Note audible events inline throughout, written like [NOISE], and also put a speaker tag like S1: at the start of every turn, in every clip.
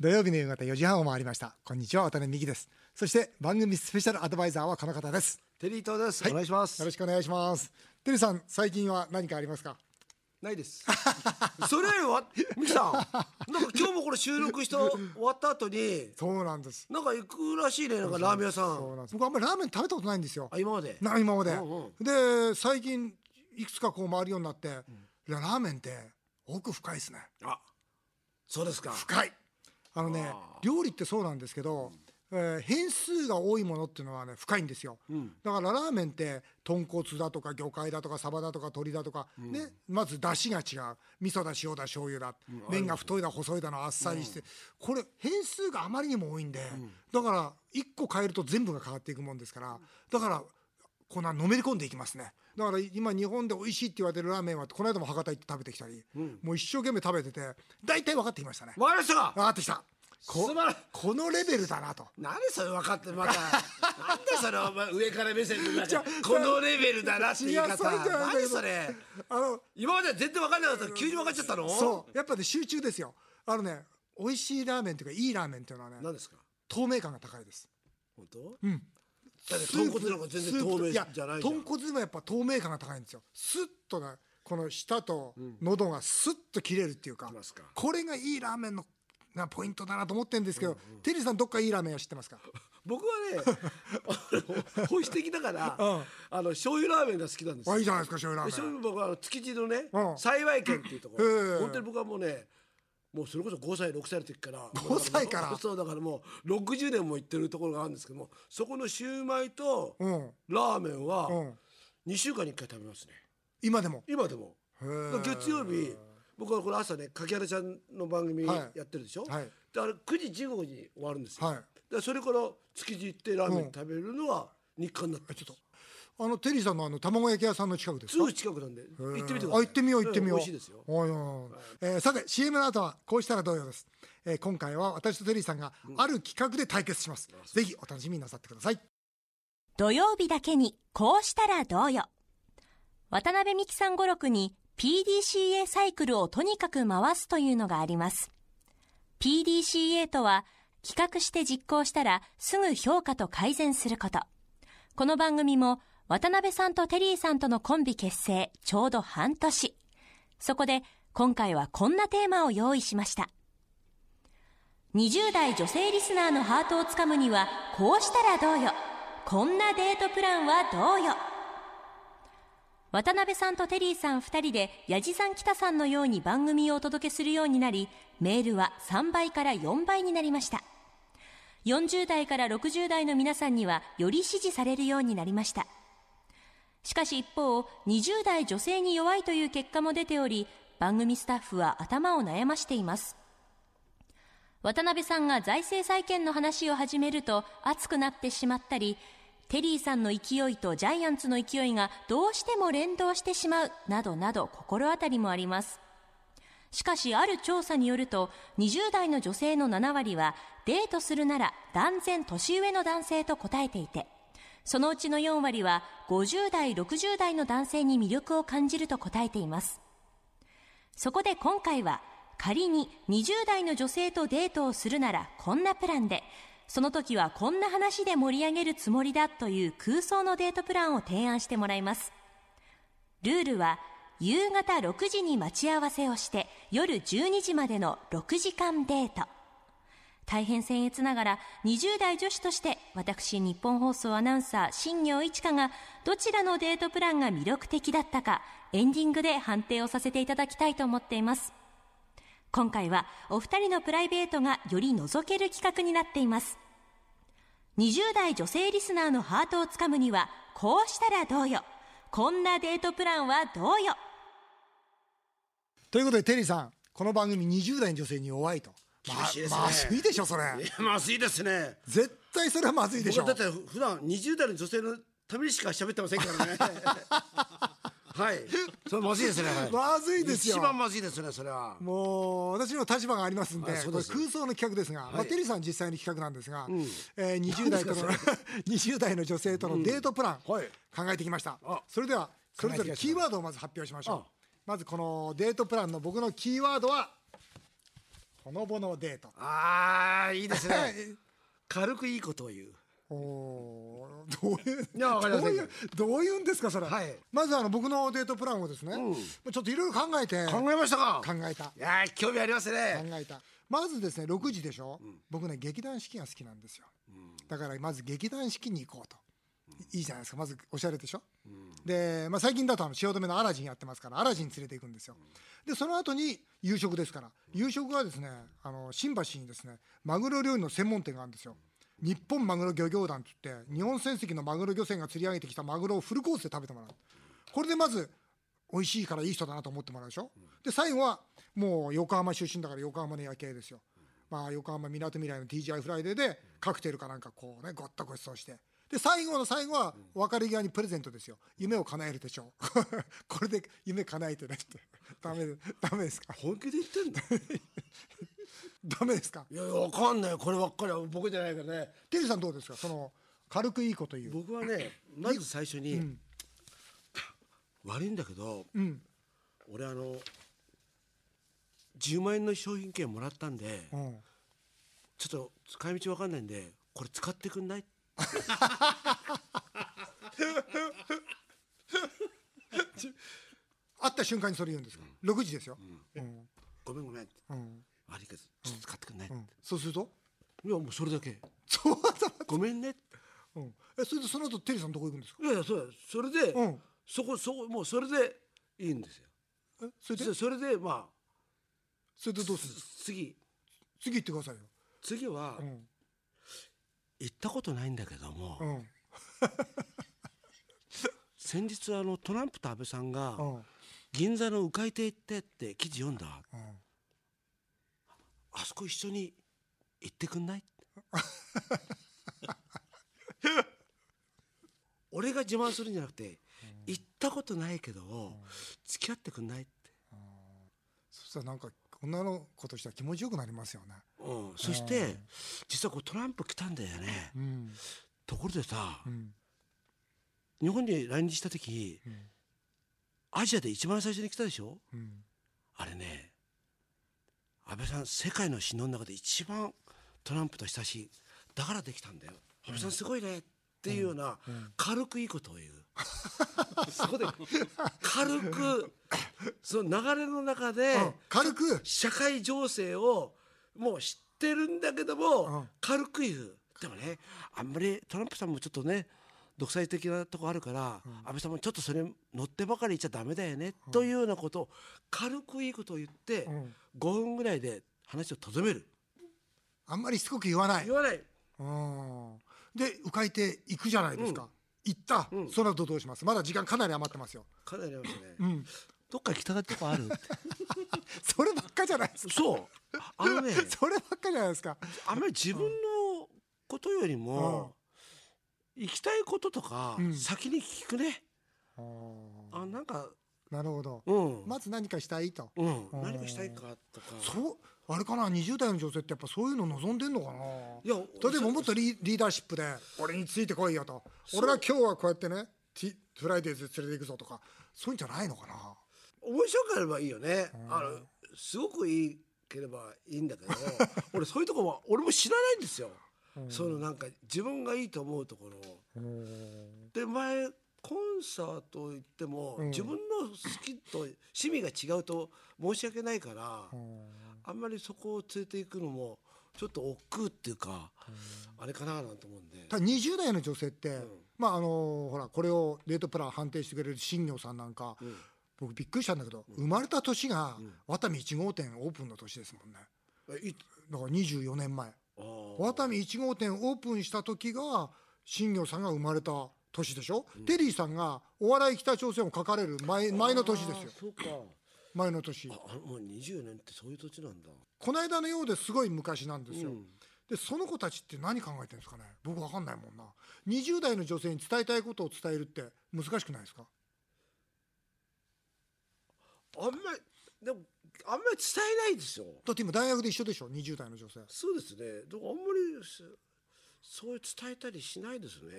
S1: 土曜日の夕方4時半を回りましたこんにちは渡辺美希ですそして番組スペシャルアドバイザーはこの方です
S2: テリー東です、
S1: はい
S2: お願いします
S1: よろしくお願いしますテリーさん最近は何かありますか
S2: ないです [LAUGHS] それよりはミ
S1: [LAUGHS]
S2: キさんなんか今日もこれ収録して終わった後に
S1: そうなんです
S2: なんか行くらしいねなんかラーメン屋さ
S1: そうんなんです僕あんまりラーメン食べたことないんですよ
S2: あ今まで
S1: な今まで、
S2: うんうん
S1: で最近いくつかこう回るようになって、ラーメンって奥深いですね
S2: あそうですか
S1: 深いあのね
S2: あー
S1: 料理ってそうなんですけど、えー変数が多いものっていうのはね深いんですよ、だからラーメンって豚骨だとか魚介だとかサバだとか鶏だとか、ねまず出汁が違う味噌だ塩だ醤油だ、麺が太いだ細いだのあっさりして、これ変数があまりにも多いんで、だから1個変えると全部が変わっていくもんですからだからこんなのめり込んでいきますねだから今日本で美味しいって言われてるラーメンはこの間も博多行って食べてきたり、もう一生懸命食べてて大体分かってきましたね
S2: 分かりましたか
S1: 分かってきたこ
S2: 素晴らしい
S1: このレベルだなと
S2: 何それ分かってま
S1: [LAUGHS]
S2: たなんでそれお前上から目線でなんかこのレベルだなって言い
S1: 違う
S2: 方
S1: それじゃないんだけ
S2: 何
S1: ど
S2: それ
S1: あの
S2: 今までは全然分かんなかったの急に分かっちゃったの
S1: そうやっぱね集中ですよあのね美味しいラーメンというかいいラーメンっていうのはね
S2: 何ですか
S1: 透明感が高いです
S2: 本当うんだって豚骨なんか全然
S1: スープ
S2: 透明
S1: い
S2: じ
S1: や
S2: ゃないじゃん
S1: 豚骨もやっぱ透明感が高いんですよスッとねこの舌と喉がスッと切れるっていうか,、
S2: ますか
S1: これがいいラーメンのなポイントだなと思ってるんですけど、テリーさんどっかいいラーメンは知ってますか
S2: 僕はねあの保守的だから、あの醤油ラーメンが好きなんですよ
S1: あいい
S2: で
S1: じゃないですか醤油ラー
S2: 醤
S1: メン
S2: 油僕はあの築地のね、
S1: うん
S2: 幸い軒っていうところ、
S1: へえ
S2: 本当に僕はもうねもうそれこそ5歳6歳の時から
S1: 5歳から
S2: もうそうだからもう60年も行ってるところがあるんですけどもそこのシューマイと
S1: うん
S2: ラーメンは
S1: うん
S2: 2週間に1回食べますね
S1: 今でも
S2: 今でも
S1: へー
S2: だから月曜日僕はこれ朝ね柿原ちゃんの番組
S1: は
S2: や
S1: い
S2: ってるでしょ、
S1: はい
S2: であれ9時15分に終わるんですよ、
S1: はい
S2: だからそれから築地行ってラーメン食べるのは日課になってちょっと
S1: あのテリーさんのあの卵焼き屋さんの近くです
S2: す
S1: か
S2: ぐ近くなんで行ってみてください
S1: あ行ってみよう行ってみよう、
S2: ん美味しいですよ
S1: おいおいおいえーさて CM の後はこうしたらどうよです、えー今回は私とテリーさんがある企画で対決します、ぜひお楽しみになさってください
S3: 土曜日だけにこうしたらどうよ。渡辺美希さん語録に PDCA サイクルをとにかく回すというのがあります。PDCA とは企画して実行したらすぐ評価と改善すること。この番組も渡辺さんとテリーさんとのコンビ結成ちょうど半年。そこで今回はこんなテーマを用意しました。20代女性リスナーのハートをつかむにはこうしたらどうよこんなデートプランはどうよ渡辺さんとテリーさん2人で矢地さん北さんのように番組をお届けするようになりメールは3倍から4倍になりました40代から60代の皆さんにはより支持されるようになりましたしかし一方20代女性に弱いという結果も出ており番組スタッフは頭を悩ましています渡辺さんが財政再建の話を始めると熱くなってしまったりテリーさんの勢いとジャイアンツの勢いがどうしても連動してしまうなどなど心当たりもありますしかしある調査によると20代の女性の7割はデートするなら断然年上の男性と答えていてそのうちの4割は50代60代の男性に魅力を感じると答えていますそこで今回は仮に20代の女性とデートをするならこんなプランでその時はこんな話で盛り上げるつもりだという空想のデートプランを提案してもらいますルールは夕方6時に待ち合わせをして夜12時までの6時間デート大変僭越ながら20代女子として私日本放送アナウンサー新業一華がどちらのデートプランが魅力的だったかエンディングで判定をさせていただきたいと思っています今回はお二人のプライベートがより覗ける企画になっています20代女性リスナーのハートをつかむにはこうしたらどうよこんなデートプランはどうよ
S1: ということでテリーさんこの番組20代の女性に弱いとま
S2: 厳しいですね
S1: まずいでしょそれ
S2: いやまずいですね
S1: 絶対それはまずいでしょ
S2: 僕はだって普段20代の女性のためにしか喋ってませんか
S1: [LAUGHS]
S2: らねはいそれまずいですね、はい
S1: まずいですよ
S2: 一番まずいですねそれは
S1: もう私の立場がありますんで
S2: あそう
S1: これ
S2: です
S1: 空想の企画ですが、まあ、
S2: い
S1: テリーさん実際の企画なんですが、えー20代との20代の [LAUGHS] 女性とのデートプラン、
S2: うんはい
S1: 考えてきました
S2: あ
S1: それではそれぞ
S2: 考
S1: れ
S2: えてき
S1: キ
S2: まし
S1: ーワ
S2: た
S1: ードをまず発表しましょう
S2: あ
S1: まずこのデートプランの僕のキーワードはほのぼのデート。
S2: ああいいですね軽くいいことを言う
S1: おおー、どういう、
S2: いやわかりま
S1: ど
S2: せ
S1: うんいう、どういうんですか、それ。
S2: はい
S1: まず、あの、僕のデートプランをですね、
S2: うん
S1: まあちょっといろいろ考えて、
S2: 考えましたか
S1: 考えた。
S2: いやー興味あります
S1: 考
S2: ね
S1: えたまずですね6時でしょ、僕ね劇団四季が好きなんですよ、だからまず劇団四季に行こうと、いいじゃないですかまずおしゃれでしょ、で、まあ、最近だとあの汐留のアラジンやってますからアラジン連れて行くんですよ、でその後に夕食ですから夕食はですねあの新橋にですねマグロ料理の専門店があるんですよ日本マグロ漁業団って言って日本船籍のマグロ漁船が釣り上げてきたマグロをフルコースで食べてもらうこれでまず美味しいからいい人だなと思ってもらうでしょ、で最後はもう横浜出身だから横浜の夜景ですよ、まあ、横浜みなとみらいの TGI フライデーでカクテルかなんかこうねごっとごちそうしてで最後の最後は別れ際にプレゼントですよ夢を叶えるでしょう [LAUGHS] これで夢叶えてねって [LAUGHS] ダメでダメですか
S2: 本気で言って
S1: [LAUGHS]
S2: んだ
S1: ダメですか
S2: いやわかんないこればっかりは僕じゃないからね
S1: テリーさんどうですかその軽くいいこと言う
S2: 僕はねまず最初に、悪いんだけど、
S1: ん
S2: 俺あの10万円の商品券もらったんで
S1: うん
S2: ちょっと使い道わかんないんでこれ使ってくんない
S1: 会った瞬間にそれ言うんですか、6時ですよ、うん
S2: ごめんごめん
S1: うん
S2: 悪いけどちょっと使ってくんない、
S1: うん、そうすると
S2: いやもうそれだけ
S1: そうだ、
S2: ごめんね
S1: うん、えそれでその後テリーさんどこ行くんですか
S2: いやいやそうだそれで、
S1: うん
S2: そこそこもうそれでいいんですよ
S1: えそれで
S2: そそれでまあ
S1: それでどうするんですか
S2: 次
S1: 次行ってくださいよ、
S2: 次は、
S1: うん
S2: 行ったことないんだけども、
S1: うん
S2: 先日あのトランプと安倍さんが、
S1: うんうん、
S2: 銀座の鵜飼亭行ってって記事読んだあそこ一緒に行ってくんない [LAUGHS] 俺が自慢するんじゃなくて行ったことないけど付き合ってくんないって、
S1: そしたらなんか女の子としては気持ちよくなりますよね、
S2: うん、そして実はこうトランプ来たんだよね
S1: うん
S2: ところでさ
S1: うん、
S2: 日本に来日した時
S1: ん
S2: アジアで一番最初に来たでしょ
S1: うん、
S2: あれね安倍さん世界の首脳の中で一番トランプと親しいだからできたんだよ安倍さんすごいね、っていうような、軽くいいことを言うそこで軽くその流れの中で
S1: あ軽く
S2: 社会情勢をもう知ってるんだけども、
S1: うん
S2: 軽く言うでもねあんまりトランプさんもちょっとね独裁的なとこあるから、安倍さんもちょっとそれ乗ってばかりいちゃダメだよね、というようなことを軽くいいことを言って、
S1: うん
S2: 5分ぐらいで話をとどめる
S1: あんまりしつこく言わない
S2: 言わない
S1: うんで迂回て行くじゃないですか、行った、
S2: うん
S1: その後どうしますまだ時間かなり余ってますよ、
S2: かなりありますね、
S1: [LAUGHS] うん、
S2: どっか行きたがるとこある
S1: [LAUGHS] そればっかじゃないですか
S2: そうあのね
S1: そればっかじゃないですか
S2: あんまり自分のことよりも、行きたいこととか、
S1: うん
S2: 先に聞くね
S1: あ
S2: あなんか
S1: なるほど、
S2: うん、
S1: まず何かしたいと、
S2: うん、
S1: ん
S2: 何がしたいかとか。
S1: そうあれかな20代の女性ってやっぱそういうの望んでんのかない
S2: や
S1: 例えばもっとリリーダーシップで俺についてこいよと俺は今日はこうやってねティフライデーズ連れて行くぞとかそういうんじゃないのかな
S2: 面白ければいいよね。あのすごくいいければいいんだ
S1: [LAUGHS]
S2: けど、俺そういうとこは俺も知らないんですよ。そのなんか自分がいいと思うところを。で前コンサート行っても、自分の好きと趣味が違うと申し訳ないから、あんまりそこを連れて行くのもちょっと億劫っていうか、あれかななんて思うんで。
S1: ただ20代の女性って、まああのほらこれをデートプラン判定してくれる新業さんなんか、僕びっくりしたんだけど、生まれた年がワタミ1号店オープンの年ですもんね
S2: えい
S1: だから24年前
S2: あー
S1: ワタミ1号店オープンした時が新業さんが生まれた年でしょ、テリーさんがお笑い北朝鮮を書かれる前前の年ですよ
S2: あーそうか。
S1: 前の年
S2: ああもう20年ってそういう土地なんだ
S1: この間のようですごい昔なんですよ、
S2: うん
S1: でその子たちって何考えてるんですかね僕わかんないもんな20代の女性に伝えたいことを伝えるって難しくないですか
S2: あんまりでもあんまり伝えないですよ
S1: だって今大学で一緒でしょ20代の女性
S2: そうですねだからあんまりしそういう伝えたりしないですね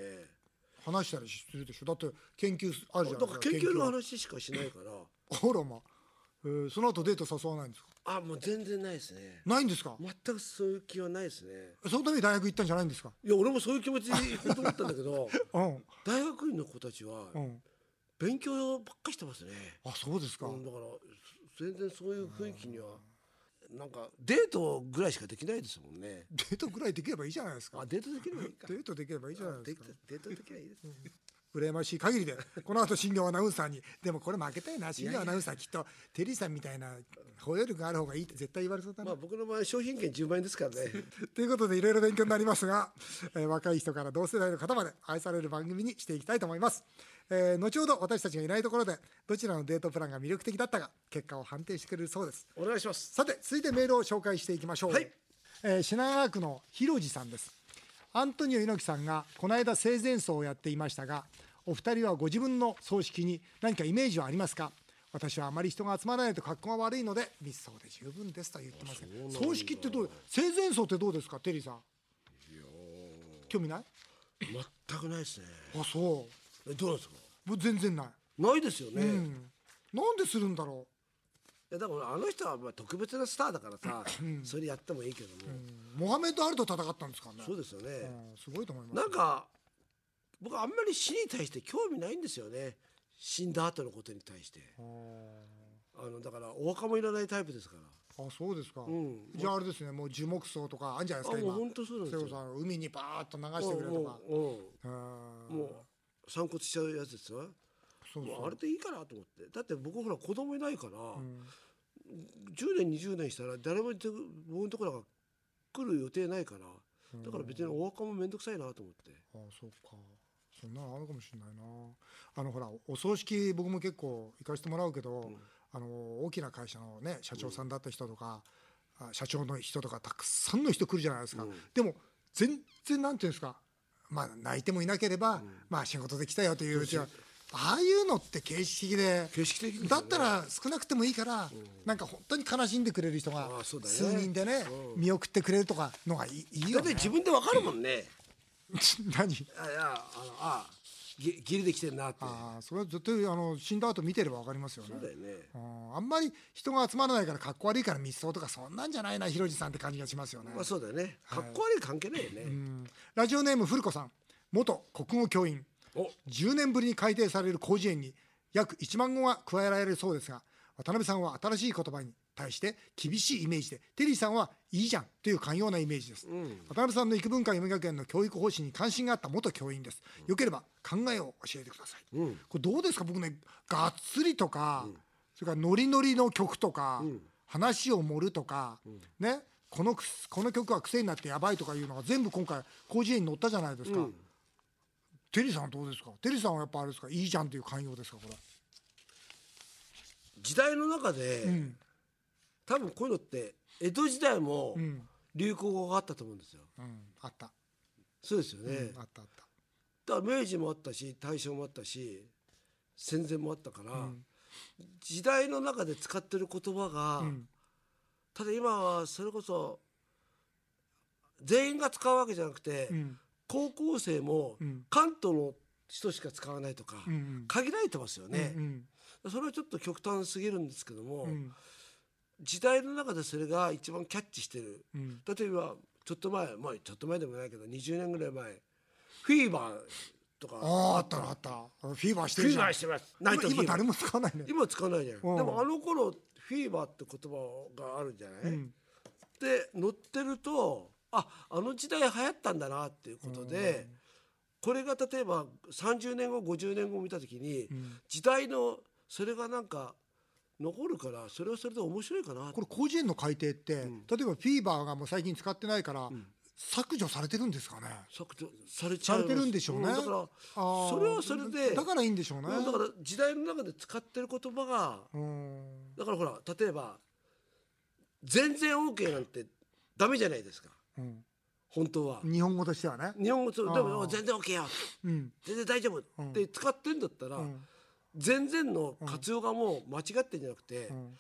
S1: 話したりするでしょだって研究あるじゃ
S2: だ
S1: ない
S2: か
S1: ですか
S2: ら研究の
S1: 研
S2: 話しかしないから
S1: 究ほらまあえーその後デート誘わないんですか
S2: あもう全然ないですね
S1: ないんですか
S2: 全くそういう気はないですね
S1: そのために大学行ったんじゃないんですか
S2: いや俺もそういう気持ちで行こうと思ったんだけど [LAUGHS]
S1: うん
S2: 大学院の子たちは
S1: うん
S2: 勉強ばっかりしてますね、
S1: あそうですか、
S2: うん、だからそ全然そういう雰囲気にはなんかデートぐらいしかできないですもんね
S1: デートぐらいできればいいじゃないですか
S2: あデートできればいいか
S1: デートできればいいじゃないですか
S2: あデートデートできればいいです
S1: 羨ましい
S2: [LAUGHS]
S1: 限りでこの後新庄アナウンサーにでもこれ負けたいな新庄アナウンサーきっとテリーさんみたいな包容力がある方がいいって絶対言われそうだな、
S2: まあ僕の場合商品券10万円ですからね
S1: ということでいろいろ勉強になりますが、 [LAUGHS] えー若い人から同世代の方まで愛される番組にしていきたいと思います、えー後ほど私たちがいないところでどちらのデートプランが魅力的だったか結果を判定してくれるそうです
S2: お願いします
S1: さて続いてメールを紹介していきましょう、
S2: はい
S1: えー品川区の広路さんですアントニオ猪木さんがこの間生前葬をやっていましたがお二人はご自分の葬式に何かイメージはありますか私はあまり人が集まらないと格好が悪いので密葬で十分ですと言ってますけど葬式ってどう生前葬ってどうですかテリーさん興味ない
S2: 全くないですね
S1: あそ
S2: えどうなんですか
S1: うもう全然ない、
S2: ないですよね、
S1: う
S2: い
S1: ん、なんでするんだろ
S2: やだからあの人はまあ特別なスターだからさ、それやってもいいけども、
S1: う、うん、モハメド・アルと戦ったんですからね
S2: そうですよね、
S1: うんすごいと思います
S2: なんか僕あんまり死に対して興味ないんですよね死んだ後のことに対してあのだからお墓もいらないタイプですから
S1: あそうですか、
S2: ん
S1: じゃああれですねもう樹木葬とかあるんじゃないですか
S2: あも
S1: 今
S2: う本当そうなんですよ
S1: 瀬尾さん海にバーッと流してくれとか
S2: もうも
S1: あ
S2: うもう散骨しちゃうやつですわ
S1: そう
S2: も
S1: そう
S2: あれでいいかなと思ってだって僕ほら子供いないから、10年20年したら誰も僕のところが来る予定ないからだから別にお墓も面倒くさいなと思って
S1: うあそうかそんなのあるかもしれないなあのほらお葬式僕も結構行かせてもらうけど、あの大きな会社のね社長さんだった人とか、あ社長の人とかたくさんの人来るじゃないですか、でも全然なんていうんですかまあ泣いてもいなければ、まあ仕事で来たよといううちはああいうのって形式で
S2: 形式的ですよね
S1: だったら少なくてもいいから、なんか本当に悲しんでくれる人が
S2: ああそうだね
S1: 数人でね見送ってくれるとかのがいいいい
S2: だ
S1: よ
S2: って
S1: ね。
S2: 自分でわかるもんね、
S1: [LAUGHS]
S2: [LAUGHS]
S1: 何
S2: あいやあのあギギリできてんなって
S1: ああそれは絶対あの死んだ後見てれば分かりますよね
S2: そうだよね
S1: うんあんまり人が集まらないからかっこ悪いから密葬とかそんなんじゃないなひろじさんって感じがしますよね、
S2: まあそうだよねかっこ悪い関係ないよね、
S1: ラジオネーム古子さん元国語教員
S2: お
S1: 10年ぶりに改訂される広辞苑に約1万語が加えられるそうですが渡辺さんは新しい言葉に対して厳しいイメージでテリーさんはいいじゃんという寛容なイメージです、渡辺さんの幾文化夢学園の教育方針に関心があった元教員ですよければ考えを教えてください、これどうですか僕ねがっつりとか、それからノリノリの曲とか、話を盛るとか、ねこのくすこの曲は癖になってやばいとかいうのが全部今回広辞苑に載ったじゃないですか、テリーさんはどうですかテリーさんはやっぱあれですかいいじゃんっていう寛容ですかこれ
S2: 時代の中で、
S1: ん
S2: 多分こういうのって江戸時代も
S1: ん
S2: 流行語があったと思うんですよ、
S1: うんあった、
S2: そうですよね、
S1: うんあったあった
S2: だから明治もあったし大正もあったし戦前もあったから、時代の中で使ってる言葉が、ただ今はそれこそ全員が使うわけじゃなくて、
S1: ん
S2: 高校生も
S1: ん
S2: 関東の人しか使わないとか、
S1: んうん
S2: 限られてますよね、
S1: うん
S2: それはちょっと極端すぎるんですけども、
S1: うん
S2: 時代の中でそれが一番キャッチしてる、
S1: うん
S2: 例えばちょっと前まあちょっと前でもないけど20年ぐらい前フィーバーとか
S1: あああったなあったフィーバーして
S2: フ
S1: る
S2: ィ
S1: じ
S2: ー
S1: ゃん
S2: バーしてますナイトフィ
S1: 今
S2: ーバ
S1: 今
S2: ー
S1: 誰も使わないね
S2: 今使わないじゃん、
S1: うん
S2: でもあの頃フィーバーって言葉があるじゃない、
S1: ん
S2: で乗ってるとああの時代流行ったんだなっていうことで、これが例えば30年後50年後見た時に、時代のそれがなんか残るからそれはそれで面白いかな
S1: これ広辞苑の改訂って、例えばフィーバーがもう最近使ってないから、削除されてるんですかね
S2: 削除されちゃ
S1: さ
S2: い
S1: れ
S2: ます
S1: てるんでしょうね、
S2: だから
S1: あー
S2: それはそれで
S1: だからいいんでしょうね
S2: うんだから時代の中で使ってる言葉が
S1: うん
S2: だからほら例えば全然 OK なんてダメじゃないですか
S1: うん
S2: 本当は。
S1: 日本語としてはね
S2: 日本語そう
S1: あー
S2: でも全然 OK よ
S1: うん
S2: 全然大丈夫
S1: うん
S2: って使ってんだったら、
S1: うん
S2: 全然の活用がもう間違ってんじゃなくて、
S1: うん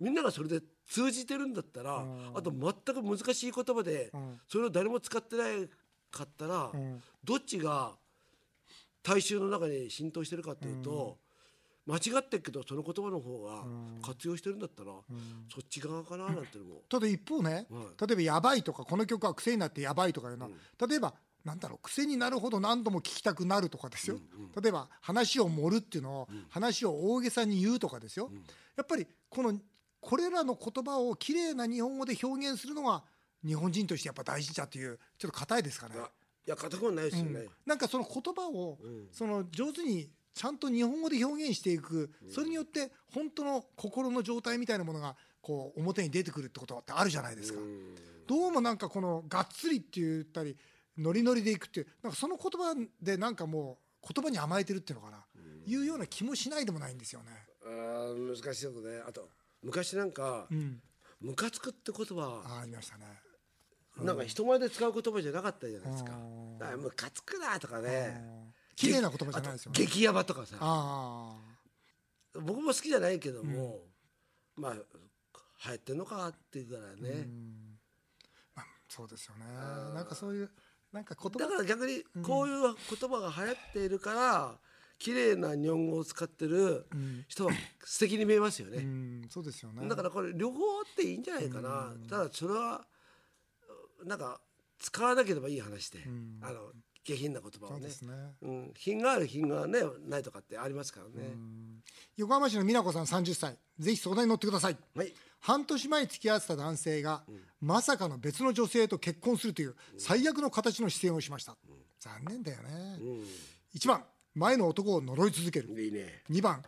S2: みんながそれで通じてるんだったら、
S1: うん
S2: あと全く難しい言葉で、
S1: うん
S2: それを誰も使ってないかったら、
S1: うん
S2: どっちが大衆の中に浸透してるかっていうと、間違ってるけどその言葉の方が活用してるんだったら、そっち側かななんてのも、
S1: ただ一方ね、
S2: は
S1: 例えば「やばい」とかこの曲は癖になって「やばい」とかいうのは、例えばなんだろう癖になるほど何度も聞きたくなるとかですよ、例えば話を盛るっていうのを、話を大げさに言うとかですよ、やっぱりこのこれらの言葉をきれいな日本語で表現するのが日本人としてやっぱ大事だっていうちょっと硬いですかね。
S2: あいや固くはないですよね、
S1: なんかその言葉を、
S2: ん
S1: その上手にちゃんと日本語で表現していく、それによって本当の心の状態みたいなものがこう表に出てくるってことってあるじゃないですか、どうもなんかこのがっつりって言ったりノリノリでいくっていうなんかその言葉でなんかもう言葉に甘えてるっていうのかな、いうような気もしないでもないんですよね。
S2: あー難しいとこねあと昔なんか
S1: うん、
S2: 「ムカつく」って言葉
S1: あありましたね。
S2: なんか人前で使う言葉じゃなかったじゃないですか
S1: うん
S2: 「あームカつくな」とかね
S1: 綺麗な言葉じゃないですよ
S2: 「
S1: ね。
S2: 激ヤバ」とかさ
S1: あ
S2: 僕も好きじゃないけども、まあ流行ってんのかっていうからね、
S1: あ、そうですよね。なんかそういうなんか言葉
S2: だから逆にこういう言葉が流行っているから綺麗な日本語を使ってる人は素敵に見えますよ
S1: う
S2: ね、
S1: ん、そうですよね。
S2: だからこれ両方あっていいんじゃないかな、ただそれはなんか使わなければいい話で、あの下品な言葉
S1: そ
S2: を
S1: う
S2: ね
S1: ですね。
S2: うん、品がある品が、ね、ないとかってありますからね、
S1: 横浜市の美奈子さん30歳ぜひ相談に乗ってください
S2: はい
S1: 半年前付き合ってた男性が、まさかの別の女性と結婚するという最悪の形の出演をしました、残念だよね、1番前の男を呪い続ける、
S2: いいね
S1: 2番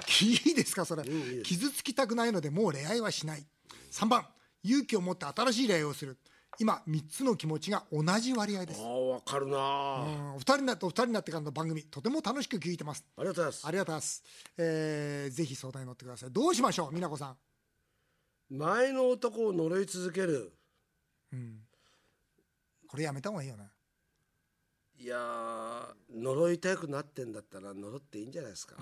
S1: いいですかそれ、
S2: んいいです
S1: 傷つきたくないのでもう恋愛はしない3番勇気を持って新しい恋愛をする今3つの気持ちが同じ割合で
S2: あ
S1: す
S2: あわかるなあ、あ
S1: うんお二人になってお二人になってからの番組とても楽しく聞いてます
S2: りがとうございます
S1: ありがとうございます。えー、ぜひ相談に乗ってください。どうしましょう、美奈子さん。
S2: 前の男を呪い続ける
S1: これやめた方がいいよね。
S2: いやー呪いたくなってんだったら呪っていいんじゃな
S1: [LAUGHS]
S2: いですか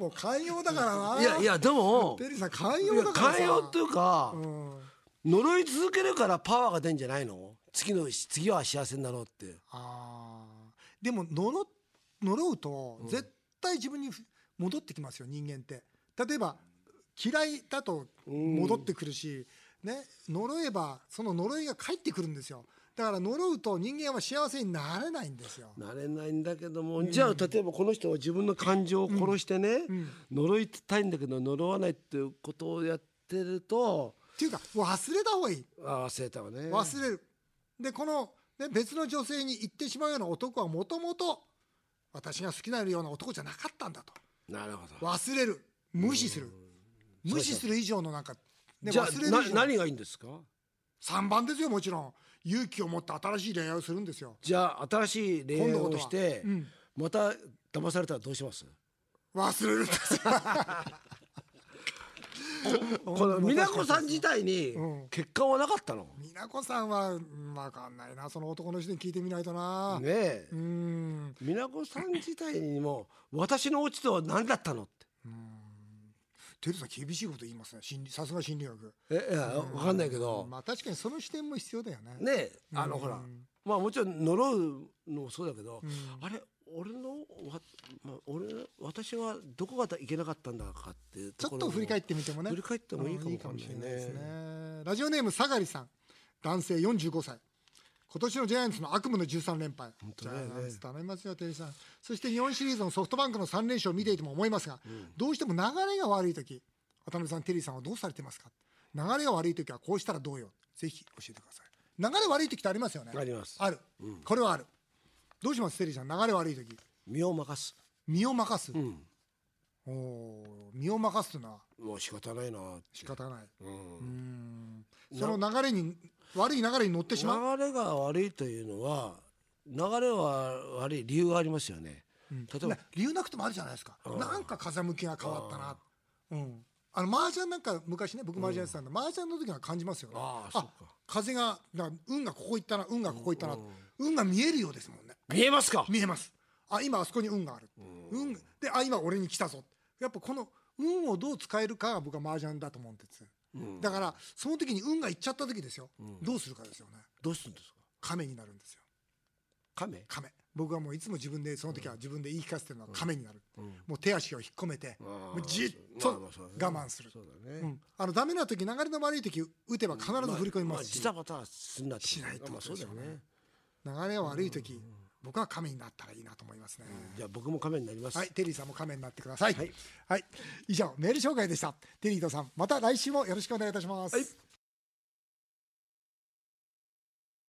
S1: もう寛容だからな。
S2: いやいやでも
S1: ペリーさん寛容だからさ。
S2: 変えようっていうか、
S1: うん。
S2: 呪い続けるからパワーが出んじゃないの次の次は幸せになろうって
S1: あーでも呪呪うと絶対自分にふ戻ってきますよ人間って例えば嫌いだと戻ってくるし、ね、呪えばその呪いが返ってくるんですよだから呪うと人間は幸せになれないんですよ
S2: なれないんだけども、じゃあ例えばこの人は自分の感情を殺してね、呪いたいんだけど呪わないっていうことをやってると
S1: っていうか忘れた方がいい
S2: ああ忘れたわね
S1: 忘れる、でこの、ね、別の女性に行ってしまうような男はもともと私が好きなような男じゃなかったんだと
S2: なるほど
S1: 忘れる無視する無視する以上のなんか、ね、
S2: じゃ
S1: 忘れる以
S2: あな
S1: 上
S2: 何がいいんですか
S1: 3番ですよもちろん勇気を持って新しい恋愛をするんですよ
S2: じゃあ新しい恋愛をして、
S1: 今度のこ
S2: また騙されたらどうします
S1: 忘れるんですよ
S2: [LAUGHS] この美奈子さん自体に
S1: うん
S2: 結果はなかったの、
S1: 美奈子さんはうんわかんないなその男の人に聞いてみないとな、
S2: ねえ
S1: うーん
S2: 美奈子さん自体にも私の落ちとは何だったのって
S1: テルさん厳しいこと言いますね心理さすが心理学
S2: えいや分かんないけど、
S1: まあ確かにその視点も必要だよね
S2: ねえあのほらまあもちろん呪うのもそうだけど、あれ俺のわ、まあ、俺私はどこがいけなかったんだかっていう
S1: ち
S2: と
S1: ょ
S2: こ
S1: っ
S2: ろ
S1: と
S2: も
S1: 振り返ってみてもね。
S2: 振り返ってもいいかも
S1: うん
S2: わかんないね
S1: ですね。ラジオネームさがりさん、男性45歳。今年のジャイアンツの悪夢の13連敗、ジ
S2: 当だよ
S1: ャ
S2: ね
S1: イアンツ頼みますよ、テリーさん。そして日本シリーズのソフトバンクの3連勝を見ていても思いますが、どうしても流れが悪いとき、渡辺さん、テリーさんはどうされてますか流れが悪いときはこうしたらどうよ、ぜひ教えてください。流れ悪いときってありますよね。
S2: あります
S1: ある、これはある。どうします、テリーさん、流れ悪いとき。
S2: 身を任す
S1: 身を任す。
S2: ん
S1: おお身を任すというのは
S2: もう仕方ないなって
S1: 仕方ない。
S2: うん
S1: その流れに悪い流れに乗ってしまう。
S2: 流れが悪いというのは流れは悪い理由がありますよね、例えば
S1: ね理由なくてもあるじゃないですか。なんか風向きが変わったな。うん。あの麻雀なんか昔ね僕麻雀やってたんで、麻雀の時は感じますよね。
S2: ああそうか
S1: 風がな運がここ行ったな運がここ行ったな、運が見えるようですもんね。
S2: 見えますか
S1: 見えます。あ今あそこに運がある。運であ今俺に来たぞ。やっぱこの運をどう使えるかが僕は麻雀だと思うんです。だからその時に運が行っちゃった時ですよ。どうするかですよね。
S2: どうするんですか
S1: 亀になるんですよ。
S2: 亀
S1: 亀僕はもういつも自分でその時は自分で言い聞かせてるのは亀になる、もう手足を引っ込めて、もうじっと
S2: まあまあそうだ
S1: 我
S2: ね
S1: 慢する、
S2: そうだね、
S1: うんあのダメな時流れの悪い時打てば必ず振り込み
S2: ま
S1: ま
S2: あ
S1: すし
S2: ジ、タバタはすんなって
S1: しないって
S2: ま
S1: こ
S2: あ
S1: と
S2: そう
S1: で
S2: だ
S1: しょ
S2: よ
S1: うね
S2: ね
S1: 流れが悪い時、僕は亀になったらいいなと思いますね、
S2: じゃあ僕も亀になります、
S1: はい、テリーさんも仮面になってください。は
S2: はいい、
S1: 以上メール紹介でした。テリーとさん、また来週もよろしくお願いいたします。
S2: はい